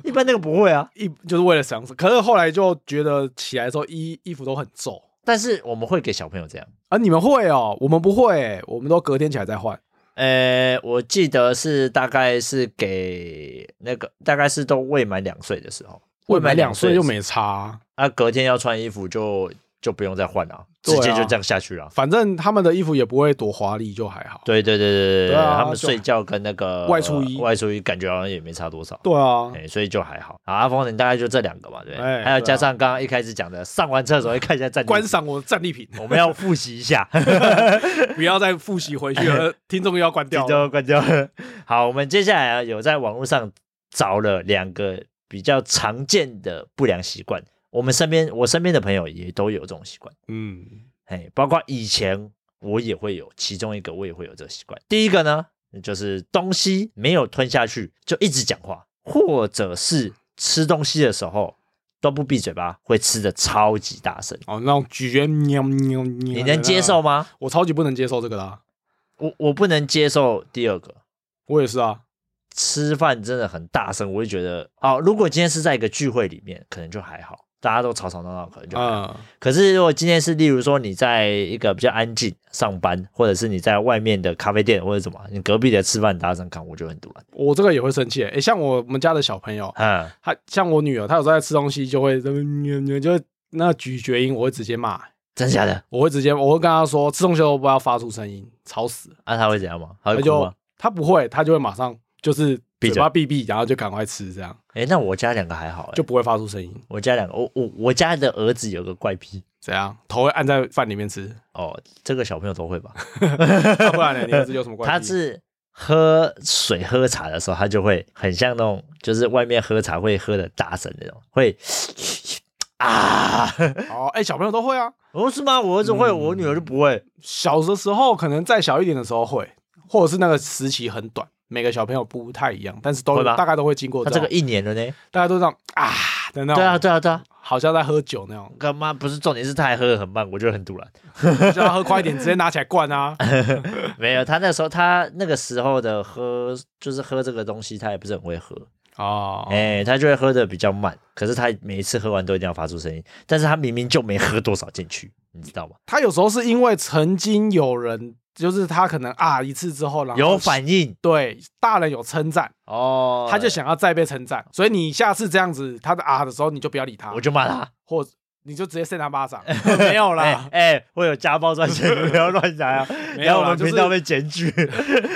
Speaker 1: 一般那个不会啊。
Speaker 2: 一就是为了省事，可是后来就觉得起来之后衣衣服都很皱
Speaker 1: 但是我们会给小朋友这样。
Speaker 2: 啊。你们会哦，我们不会欸、我们都隔天起来再换。
Speaker 1: 呃，我记得是大概是给那个大概是都未满两岁的时候，
Speaker 2: 未满两
Speaker 1: 岁
Speaker 2: 岁就
Speaker 1: 的时候
Speaker 2: 没差，
Speaker 1: 啊，隔天要穿衣服就就不用再换了、直
Speaker 2: 对啊
Speaker 1: 接就这样下去了。
Speaker 2: 反正他们的衣服也不会多华丽，就还好。
Speaker 1: 对对对对
Speaker 2: 对啊
Speaker 1: 他们
Speaker 2: 就
Speaker 1: 睡觉跟那个
Speaker 2: 外出衣
Speaker 1: 外出衣感觉好像也没差多少。
Speaker 2: 对啊，
Speaker 1: 哎、所以就还好。啊，阿峰，你大概就这两个嘛，对不对？
Speaker 2: 哎
Speaker 1: 还有
Speaker 2: 对啊
Speaker 1: 加上刚刚一开始讲的，上完厕所会看一下战绩
Speaker 2: 观，赏我的战利品，
Speaker 1: 我们要复习一下，
Speaker 2: 不要再复习回 去了，听众又要关掉
Speaker 1: 关
Speaker 2: 了。
Speaker 1: 掉关掉。好，我们接下来啊，有在网络上找了两个比较常见的不良习惯，我们身边我身边的朋友也都有这种习惯，
Speaker 2: 嗯，
Speaker 1: 哎，包括以前我也会有，其中一个我也会有这个习惯。第一个呢，就是东西没有吞下去就一直讲话，或者是吃东西的时候。都不闭嘴巴，会吃的超级大声，
Speaker 2: 哦，那种咀嚼喵喵喵，
Speaker 1: 你能接受？吗？
Speaker 2: 我超级不能接啊受这个的啊，
Speaker 1: 我我不能接受第二个，
Speaker 2: 我也 是啊。
Speaker 1: 吃饭真的很大声，我会觉得哦，如果今天是在一个聚会里面，可能就还好，大家都吵吵闹闹，可能就还好。
Speaker 2: 嗯，
Speaker 1: 可是如果今天是例如说你在一个比较安静上班，或者是你在外面的咖啡店或者什么，你隔壁的吃饭很大声看，我就很堵了。
Speaker 2: 我这个也会生气。诶，像我们家的小朋友，
Speaker 1: 嗯，
Speaker 2: 他像我女儿，她有时候在吃东西就会这边喵喵，就会那咀嚼音，我会直接骂。
Speaker 1: 真的假的？
Speaker 2: 我会直接，我会跟他说，吃东西都不要发出声音，吵死了。
Speaker 1: 啊，他会怎样吗？他
Speaker 2: 他
Speaker 1: 会哭
Speaker 2: 就
Speaker 1: 吗？
Speaker 2: 他不会，他就会马上就是
Speaker 1: 闭
Speaker 2: 嘴
Speaker 1: 嘴
Speaker 2: 巴闭闭，然后就赶快吃，这样
Speaker 1: 哎、那我家两个还好、欸，就
Speaker 2: 就不会发出声音。
Speaker 1: 我家两个，我我我家的儿子有个怪癖
Speaker 2: 怎样？头会按在饭里 面吃，
Speaker 1: 哦，这个小朋友都会吧？
Speaker 2: 那不然呢？你儿子有什么关系？
Speaker 1: 他是喝水喝茶的时候，他就会很像那种，就是外面喝茶会喝的大声那种，会 啊，
Speaker 2: 哦，哎、小朋友都会啊。
Speaker 1: 哦是吗？我儿子会，我女儿就不会。
Speaker 2: 小的时候可能再小一点的时候会，或者是那个时期很短，每个小朋友不太一样，但是都
Speaker 1: 会
Speaker 2: 有
Speaker 1: 吧
Speaker 2: 大概都会经过
Speaker 1: 他
Speaker 2: 这
Speaker 1: 这
Speaker 2: 种
Speaker 1: 个一年了呢。
Speaker 2: 大家都这样啊的那种，
Speaker 1: 对啊，对啊，对啊。
Speaker 2: 好像在喝 酒那种，
Speaker 1: 干妈不是重点是他还喝的很慢，我觉得很突然。
Speaker 2: 叫他喝快一点，直接拿起来 灌啊。
Speaker 1: 没有，他那时候他那个时候的喝就是喝这个东西，他也不是很会喝，
Speaker 2: 哦，
Speaker 1: 哎、他就会喝的比较慢。可是他每一次喝完都一定要发出声音，但是他明明就没喝多少进去，你知道吗？
Speaker 2: 他有时候是因为曾经有人，就是他可能啊一次之后，然后
Speaker 1: 有反应
Speaker 2: 对大人有称赞，
Speaker 1: 哦，
Speaker 2: 他就想要再被称赞，所以你下次这样子他的啊的时候，你就不要理他，
Speaker 1: 我就骂他。
Speaker 2: 或你就直接扇他 巴掌，没有啦
Speaker 1: 哎，哎，会有家暴赚钱，你 不要乱想啊！
Speaker 2: 没
Speaker 1: 然后
Speaker 2: 有
Speaker 1: 我
Speaker 2: 啦，
Speaker 1: 们
Speaker 2: 就
Speaker 1: 频道
Speaker 2: 是
Speaker 1: 被检 举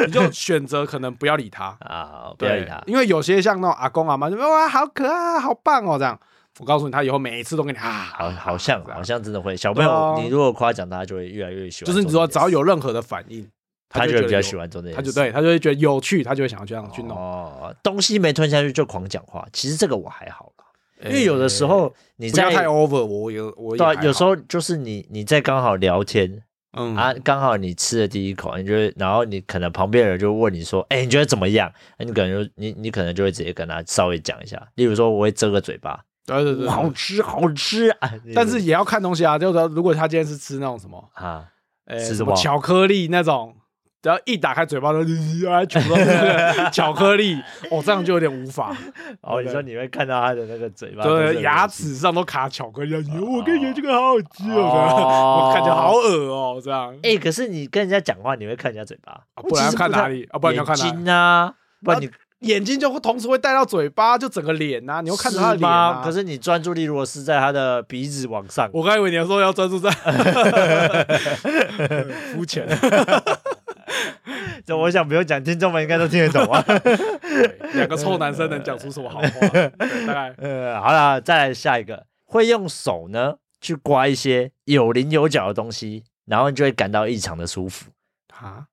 Speaker 2: 你就选择可能不要理他，
Speaker 1: 啊，不要
Speaker 2: 对
Speaker 1: 理他。
Speaker 2: 因为有些像那种阿公阿妈就哇好可爱，好棒哦这样，我告诉你，他以后每一次都跟你啊，
Speaker 1: 好，好像
Speaker 2: 这样
Speaker 1: 好像真的会，小朋友，
Speaker 2: 对啊
Speaker 1: 你如果夸奖他，就会越来越喜欢
Speaker 2: 就
Speaker 1: 做这
Speaker 2: 是
Speaker 1: 件事。
Speaker 2: 你说只要有任何的反应，
Speaker 1: 他
Speaker 2: 就
Speaker 1: 就
Speaker 2: 会
Speaker 1: 会比
Speaker 2: 觉得
Speaker 1: 较
Speaker 2: 有
Speaker 1: 喜，欢做这件
Speaker 2: 他
Speaker 1: 事，
Speaker 2: 就对他就会觉得有趣，他就会想要这样去弄，
Speaker 1: 哦，东西没吞下去就狂讲话，其实这个我还好啦，因为有的时
Speaker 2: 哎
Speaker 1: 候你
Speaker 2: 不
Speaker 1: 在
Speaker 2: 要太 over，我有我也
Speaker 1: 对啊
Speaker 2: 还，好
Speaker 1: 有时候就是你你在刚好聊天
Speaker 2: 嗯
Speaker 1: 啊，刚好你吃了第一口，你就会然后你可能旁边的人就问你说，哎，你觉得怎么样？你可能就你你可能就会直接跟他稍微讲一下，例如说我会遮个嘴巴，
Speaker 2: 对对对，
Speaker 1: 哇好吃好吃啊，
Speaker 2: 但是也要看东西啊，就是如果他今天是吃那种什么，
Speaker 1: 啊，
Speaker 2: 呃、
Speaker 1: 吃什
Speaker 2: 什
Speaker 1: 么
Speaker 2: 巧克力那种，只要一打开嘴巴就啊，全部都是那个 巧克力，哦，这样就有点无法，
Speaker 1: 哦，
Speaker 2: 对
Speaker 1: 你说你会看到他的那个嘴巴，
Speaker 2: 对，牙齿上都卡巧克力，我跟你讲这个好好吃
Speaker 1: 哦
Speaker 2: 哦，我感觉好恶哦，这样，
Speaker 1: 哎、可是你跟人家讲话，你会看人家嘴巴，
Speaker 2: 啊不然要看哪里啊不然你要看哪里
Speaker 1: 眼睛啊，不然你、
Speaker 2: 眼睛就会同时会带到嘴巴，就整个脸呐、你
Speaker 1: 你
Speaker 2: 会看着他的脸、啊
Speaker 1: 吗？，可。是你专注力如果是在他的鼻子往上，
Speaker 2: 我刚以为你要说要 专注在肤浅，
Speaker 1: 这我想不用讲，听众们应该都听得懂啊。
Speaker 2: 对两个臭男生能讲出什么好话？ 对大概
Speaker 1: 呃，好了，再来下一个，会用手呢去刮一些有棱有角的东西，然后你就会感到异常的舒服。
Speaker 2: 啊，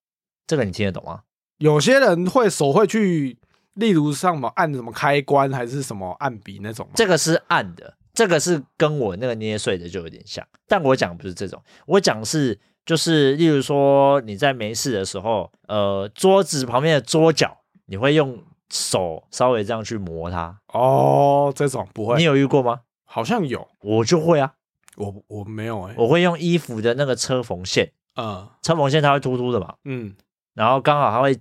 Speaker 1: 这个你听得懂吗？
Speaker 2: 有些人会手会去，例如上什么按什么开关还是什么按笔那种吗，
Speaker 1: 这个是暗的，这个是跟我那个捏碎的就有点像，但我讲不是这种，我讲是就是，例如说你在没事的时候，呃，桌子旁边的桌角，你会用手稍微这样去磨它，
Speaker 2: 哦，这种不
Speaker 1: 你
Speaker 2: 会，
Speaker 1: 有遇过吗？
Speaker 2: 好像有，
Speaker 1: 我就会啊，
Speaker 2: 我我没有哎、
Speaker 1: 我会用衣服的那个车缝线，
Speaker 2: 嗯
Speaker 1: 车缝线它会凸凸的嘛，
Speaker 2: 嗯，
Speaker 1: 然后刚好它会，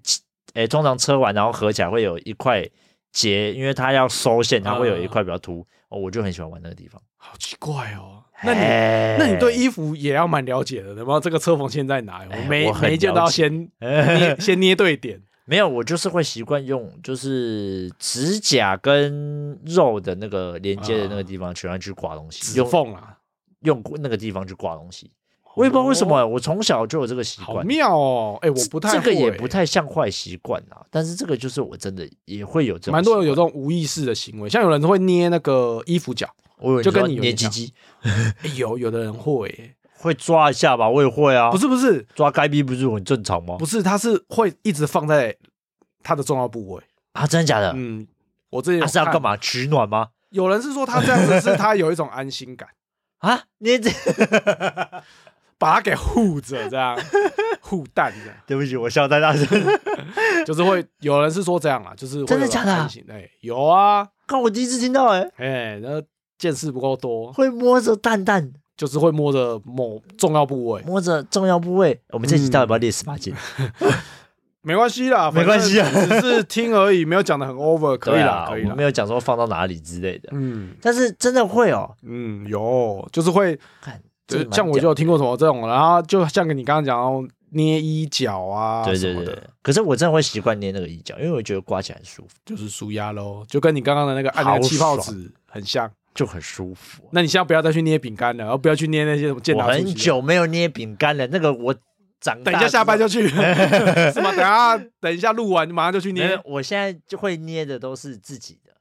Speaker 1: 诶，通常车完然后合起来会有一块结，因为它要收
Speaker 2: 嗯
Speaker 1: 线，它会有一块比较凸，哦，我就很喜欢玩那个地方。
Speaker 2: 好奇怪哦。那你
Speaker 1: 嘿
Speaker 2: 那你对衣服也要蛮了解的，对吗？这个车缝线在哪？
Speaker 1: 哎
Speaker 2: 我每
Speaker 1: 我很
Speaker 2: 每一件都要先 捏先捏对点。
Speaker 1: 没有，我就是会习惯用，就是指甲跟肉的那个连接的那个地方，喜欢去刮东西，
Speaker 2: 指
Speaker 1: 用
Speaker 2: 缝啊，
Speaker 1: 用那个地方去挂东西。我也不知道为什么、
Speaker 2: 哦
Speaker 1: 我从小就有这个习
Speaker 2: 好
Speaker 1: 惯。
Speaker 2: 妙哦！哎、我不太
Speaker 1: 这个也
Speaker 2: 会
Speaker 1: 不太像坏习惯啊，但是这个就是我真的也会有这种，
Speaker 2: 蛮多人有这，种无意识的行为，像有人会捏那个衣服角，
Speaker 1: 我有
Speaker 2: 就跟
Speaker 1: 说
Speaker 2: 你有
Speaker 1: 捏
Speaker 2: 点
Speaker 1: 鸡
Speaker 2: 像
Speaker 1: 鸡
Speaker 2: 哎有有的人会耶、
Speaker 1: 会抓一下吧，我也会啊，
Speaker 2: 不是不是
Speaker 1: 抓该逼不是很正常吗
Speaker 2: 不？是，他是会一直放在他的重要部位。
Speaker 1: 啊，真的假的？
Speaker 2: 嗯，我之前有
Speaker 1: 啊他是要
Speaker 2: 看
Speaker 1: 干？嘛？取暖吗？
Speaker 2: 有人是说他这样子是他有一种安 心感，
Speaker 1: 啊，捏这，
Speaker 2: 把他给护着，这样护蛋这样，
Speaker 1: 对不起，我笑太大 声。
Speaker 2: 就是会有人是说这样啦，就是会
Speaker 1: 真的
Speaker 2: 有
Speaker 1: 假的啊
Speaker 2: 安心哎、有啊，
Speaker 1: 看我第一次听到、哎，
Speaker 2: 哎、那见识不够多，
Speaker 1: 会摸着蛋蛋，
Speaker 2: 就是会摸着某重要部位，
Speaker 1: 摸着重要部位。我们这集到底要不要列十八
Speaker 2: 嗯
Speaker 1: 禁？
Speaker 2: 没关系啦，
Speaker 1: 没关系啊
Speaker 2: 反正只是听而已，没有讲的很 over，可以
Speaker 1: 对
Speaker 2: 啦，
Speaker 1: 啊，
Speaker 2: 可以
Speaker 1: 我们
Speaker 2: 啦
Speaker 1: 没。有讲说放到哪里之类的，
Speaker 2: 嗯
Speaker 1: 但是真的会哦。
Speaker 2: 嗯，有，就是会，
Speaker 1: 看，真
Speaker 2: 就
Speaker 1: 的
Speaker 2: 是
Speaker 1: 蛮
Speaker 2: 像我就
Speaker 1: 屌
Speaker 2: 有听过什么这种，然后就像跟你刚刚讲到捏衣角啊，
Speaker 1: 对
Speaker 2: 什
Speaker 1: 对
Speaker 2: 么
Speaker 1: 对
Speaker 2: 的，，
Speaker 1: 可是我真的会习惯捏那个衣角，因为我觉得刮起来很舒服，
Speaker 2: 就是舒压喽，就跟你刚刚的那个按那
Speaker 1: 好
Speaker 2: 个气泡
Speaker 1: 爽
Speaker 2: 纸很像。
Speaker 1: 就很舒服。
Speaker 2: 那你现在不要再去捏饼干了，然后不要去捏那些什么健
Speaker 1: 我
Speaker 2: 达出啊
Speaker 1: 很
Speaker 2: 奇的
Speaker 1: 久没有捏饼干了，那个我长大
Speaker 2: 等一下下班
Speaker 1: 之后。
Speaker 2: 就 去，什么？等一下等一下录完马上就去
Speaker 1: 没
Speaker 2: 捏
Speaker 1: 有，。我现在就会捏的都是自己的，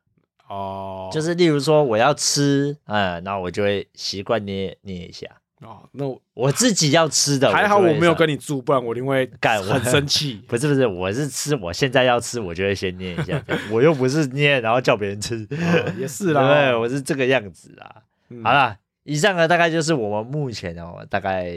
Speaker 2: 哦，
Speaker 1: 就是是例如说我要吃，嗯，那我就会习惯捏捏一下。
Speaker 2: 哦，那我
Speaker 1: 我自己要吃的，
Speaker 2: 还好
Speaker 1: 就会
Speaker 2: 我没有
Speaker 1: 想
Speaker 2: 跟你住，不然我因为
Speaker 1: 干我
Speaker 2: 很生 气。
Speaker 1: 不是不是，我是吃，我现在要吃，我就会先捏一下， 我又不是捏然后叫别人吃，
Speaker 2: 哦也是啦，
Speaker 1: 对，我是这个样子啦。
Speaker 2: 嗯
Speaker 1: 好啦，以上呢大概就是我们目前哦，大概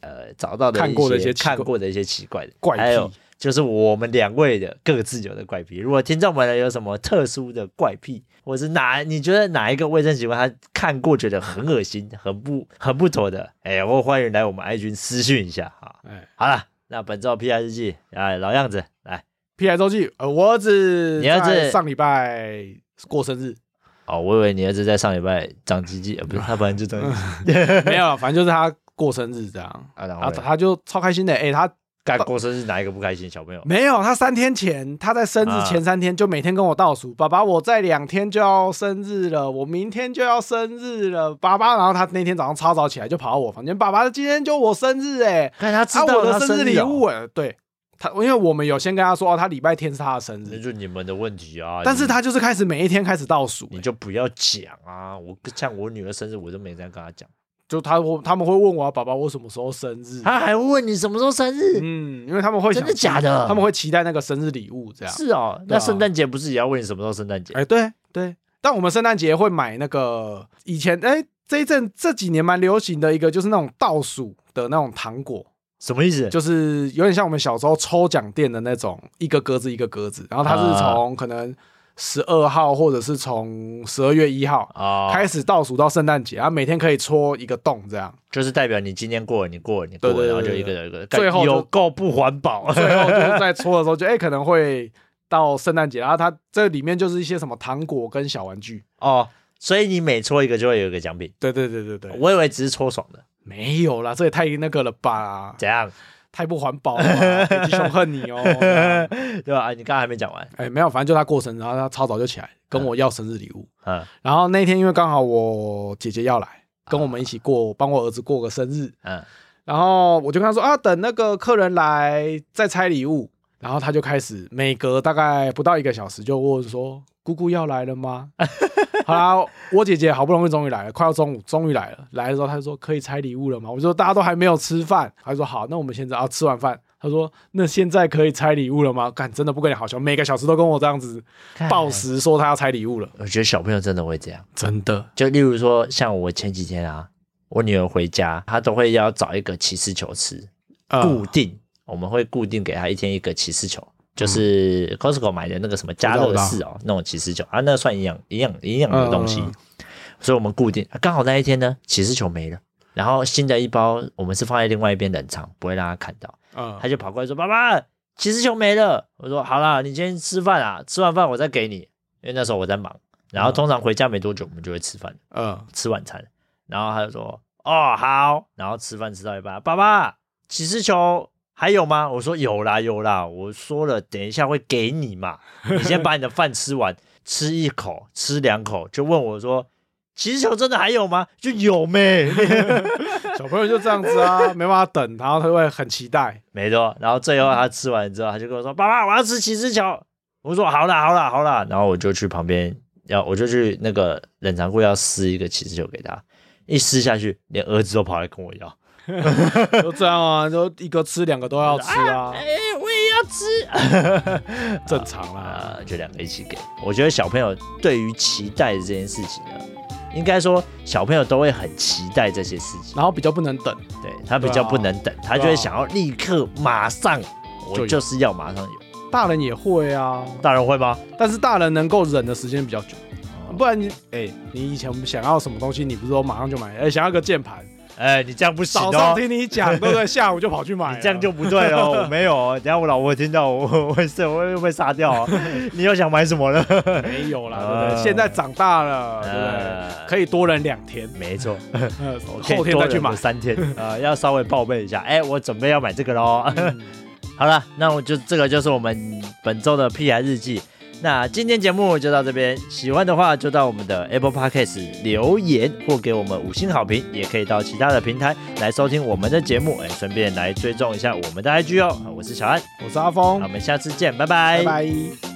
Speaker 1: 呃找到的
Speaker 2: 看过的
Speaker 1: 的
Speaker 2: 一些奇怪
Speaker 1: 看过的一些奇怪的
Speaker 2: 怪癖
Speaker 1: 还有就是我们两位的各自有的怪癖。如果听众们呢有什么特殊的怪癖，或是哪你觉得哪一个卫生习惯他看过觉得很恶心、很不很不妥的，哎，我欢迎来我们 i 君私讯一下啊。
Speaker 2: 哎
Speaker 1: 好了，那本周 P I 日记，哎，老样子，来
Speaker 2: ，P I 周记，呃，我儿子
Speaker 1: 你儿子
Speaker 2: 在上礼拜过 生日，
Speaker 1: 哦，我以为你儿子在上礼拜长鸡鸡，呃，不是，他本来就长 鸡鸡
Speaker 2: 没有，反正就是他过生日这样，
Speaker 1: 啊，然
Speaker 2: 然后
Speaker 1: 后嘞
Speaker 2: 他就超开心的。哎，他
Speaker 1: 干过生日哪一个不开心？小朋 友，
Speaker 2: 没有，他三天前，他在生
Speaker 1: 啊
Speaker 2: 日前三天就每天跟我倒数，爸爸，我在两天就要生日了，我明天就要生日了，爸爸。然后他那天早上超早起来就跑到我房间，爸爸，今天就我生日哎、欸，
Speaker 1: 看他知
Speaker 2: 啊，
Speaker 1: 道
Speaker 2: 我
Speaker 1: 他
Speaker 2: 的生
Speaker 1: 日
Speaker 2: 日礼
Speaker 1: 哦
Speaker 2: 物哎、对他，因为我们有先跟他说，哦，他礼拜天是他的生
Speaker 1: 那
Speaker 2: 日，
Speaker 1: 就你们的问题啊。
Speaker 2: 但是
Speaker 1: 你
Speaker 2: 他就是开始每一天开始倒数、欸
Speaker 1: 你就不要讲啊！我像我女儿生日，我都没这样跟她讲。
Speaker 2: 就他我他们会问我、啊、爸爸，我什么时候生日？啊
Speaker 1: 她还问你什么时候生日？
Speaker 2: 嗯，因为他们会
Speaker 1: 哎真
Speaker 2: 想
Speaker 1: 的假的？
Speaker 2: 他们会期待那个生日礼物这样。
Speaker 1: 是哦。
Speaker 2: 对啊
Speaker 1: 那圣诞节不是也要问你什么时候圣诞节
Speaker 2: 哎、？对对，但我们圣诞节会买那个以前哎、这一阵这几年蛮流行的一个，就是那种倒数的那种糖果，
Speaker 1: 什么意思？
Speaker 2: 就是有点像我们小时候抽奖店的那种，一个格子一个格子，然后它是从可能十二号或者是从十二月一号。
Speaker 1: 啊，
Speaker 2: 开始倒数到圣诞节，然后每天可以戳一个洞，这样
Speaker 1: 就是代表你今天过了，你过了，你过
Speaker 2: 对
Speaker 1: 了，
Speaker 2: 对
Speaker 1: 然后
Speaker 2: 对
Speaker 1: 就
Speaker 2: 对
Speaker 1: 一个一个，
Speaker 2: 最
Speaker 1: 干
Speaker 2: 后就
Speaker 1: 有够不环保。
Speaker 2: 最后就是在戳的时候就哎、可能会到圣诞节，然后它这里面就是一些什么糖果跟小玩具，
Speaker 1: 哦，所以你每搓一个就会有一个奖品。
Speaker 2: 对对对对对，
Speaker 1: 我以为只是搓爽的，
Speaker 2: 没有啦，这也太那个了吧？
Speaker 1: 怎样？
Speaker 2: 太不环保了 啊，北极熊恨你哦。这样
Speaker 1: 对吧？啊你刚才还没讲完。
Speaker 2: 哎、没有，反正就他过生日，然后他超早就起来跟我要生日礼物。
Speaker 1: 嗯
Speaker 2: 然后那天因为刚好我姐姐要来，跟我们一起过，帮我儿子过个生日。
Speaker 1: 嗯，
Speaker 2: 然后我就跟他说啊，等那个客人来再拆礼物。然后他就开始每隔大概不到一个小时就问说：“姑姑要来了吗？” 好啦，我姐姐好不容易终于来了，快要中午终于来了。来的时候她就说：“可以拆礼物了吗？”我说：“大家都还没有吃饭。”她说：“好，那我们现在啊吃完饭。”她说：“那现在可以拆礼物了吗？”干，真的不跟你好笑，每个小时都跟我这样子
Speaker 1: 看
Speaker 2: 报时说她要拆礼物了，
Speaker 1: 我觉得小朋友真的会这样。
Speaker 2: 真的。
Speaker 1: 就例如说，像我前几天啊，我女儿回家，她都会要找一个起司球吃，固
Speaker 2: 嗯，
Speaker 1: 定，嗯我们会固定给她一天一个起司球，就是 Costco 买的那个什么加乐士哦，那种起司球啊，那个算营养营养营养的东西，
Speaker 2: 嗯
Speaker 1: 所以我们固定。啊刚好那一天呢，起司球没了，然后新的一包我们是放在另外一边冷藏，不会让她看到。
Speaker 2: 嗯
Speaker 1: 他就跑过来说：“爸爸，骑士球没了。”我说：“好啦，你今天吃饭啊，吃完饭我再给你。”因为那时候我在忙，然后通常回家没多久我们就会吃饭，
Speaker 2: 嗯，
Speaker 1: 吃晚餐。然后他就说：“哦，好。”然后吃饭吃到一半，爸爸，骑士球还有吗？我说：“有啦，有啦。”我说了，等一下会给 你嘛，你先把你的饭吃完，吃一口，吃两口，就问我说：“其实球真的还有吗？就有没，
Speaker 2: 小朋友就这样子啊，没办法等，然后他会很期待。
Speaker 1: 没错。然后最后他吃完之后，他就跟我说：“爸爸，我要吃起司球。”我说：“好啦，好啦，好啦。”然后我就去旁边要，我就去那个冷藏库要撕一个起司球给他，一撕下去，连儿子都跑来跟我要。
Speaker 2: 就这样啊，就一个吃两个都要吃啊
Speaker 1: 哎、，我也要吃。
Speaker 2: 正常啦。
Speaker 1: 啊，就两个一起给。我觉得小朋友对于期待这件事情呢，应该说小朋友都会很期待这些事情，
Speaker 2: 然后比较不能等，
Speaker 1: 对他比较不能等，他就会想要立刻马上，
Speaker 2: 就
Speaker 1: 我
Speaker 2: 有
Speaker 1: 就是要马上有。
Speaker 2: 大人也会啊，
Speaker 1: 大人会吗？
Speaker 2: 但是大人能够忍的时间比较久。不然你哎、你以前想要什么东西，你不是说马上就买？哎、想要个键盘，
Speaker 1: 哎、你这样不行
Speaker 2: 早上
Speaker 1: 哦。
Speaker 2: 听你讲，对不对？下午就跑去买了，
Speaker 1: 你这样就不对哦， 我没有哦，等一下我老婆听到我我会我会被杀掉哦。 你又想买什么了？
Speaker 2: 没有 啦，
Speaker 1: 呃
Speaker 2: 对不对？现在长大了，对不
Speaker 1: 呃
Speaker 2: 对？可以多忍两天，
Speaker 1: 没错，
Speaker 2: 呃
Speaker 1: 我可以
Speaker 2: 后天再
Speaker 1: 多
Speaker 2: 去
Speaker 1: 忍
Speaker 2: 买
Speaker 1: 个。三天， 呃，要稍微报备一下。哎、我准备要买这个喽。
Speaker 2: 嗯
Speaker 1: 好了，那我就这个就是我们本周的屁孩日记。那今天节目就到这边，喜欢的话就到我们的 Apple Podcast 留言或给我们五星好评，也可以到其他的平台来收听我们的节目，哎，顺便来追踪一下我们的 IG 哦。我是小安，
Speaker 2: 我是阿
Speaker 1: 那我
Speaker 2: 峰，
Speaker 1: 们下次见，
Speaker 2: 拜拜。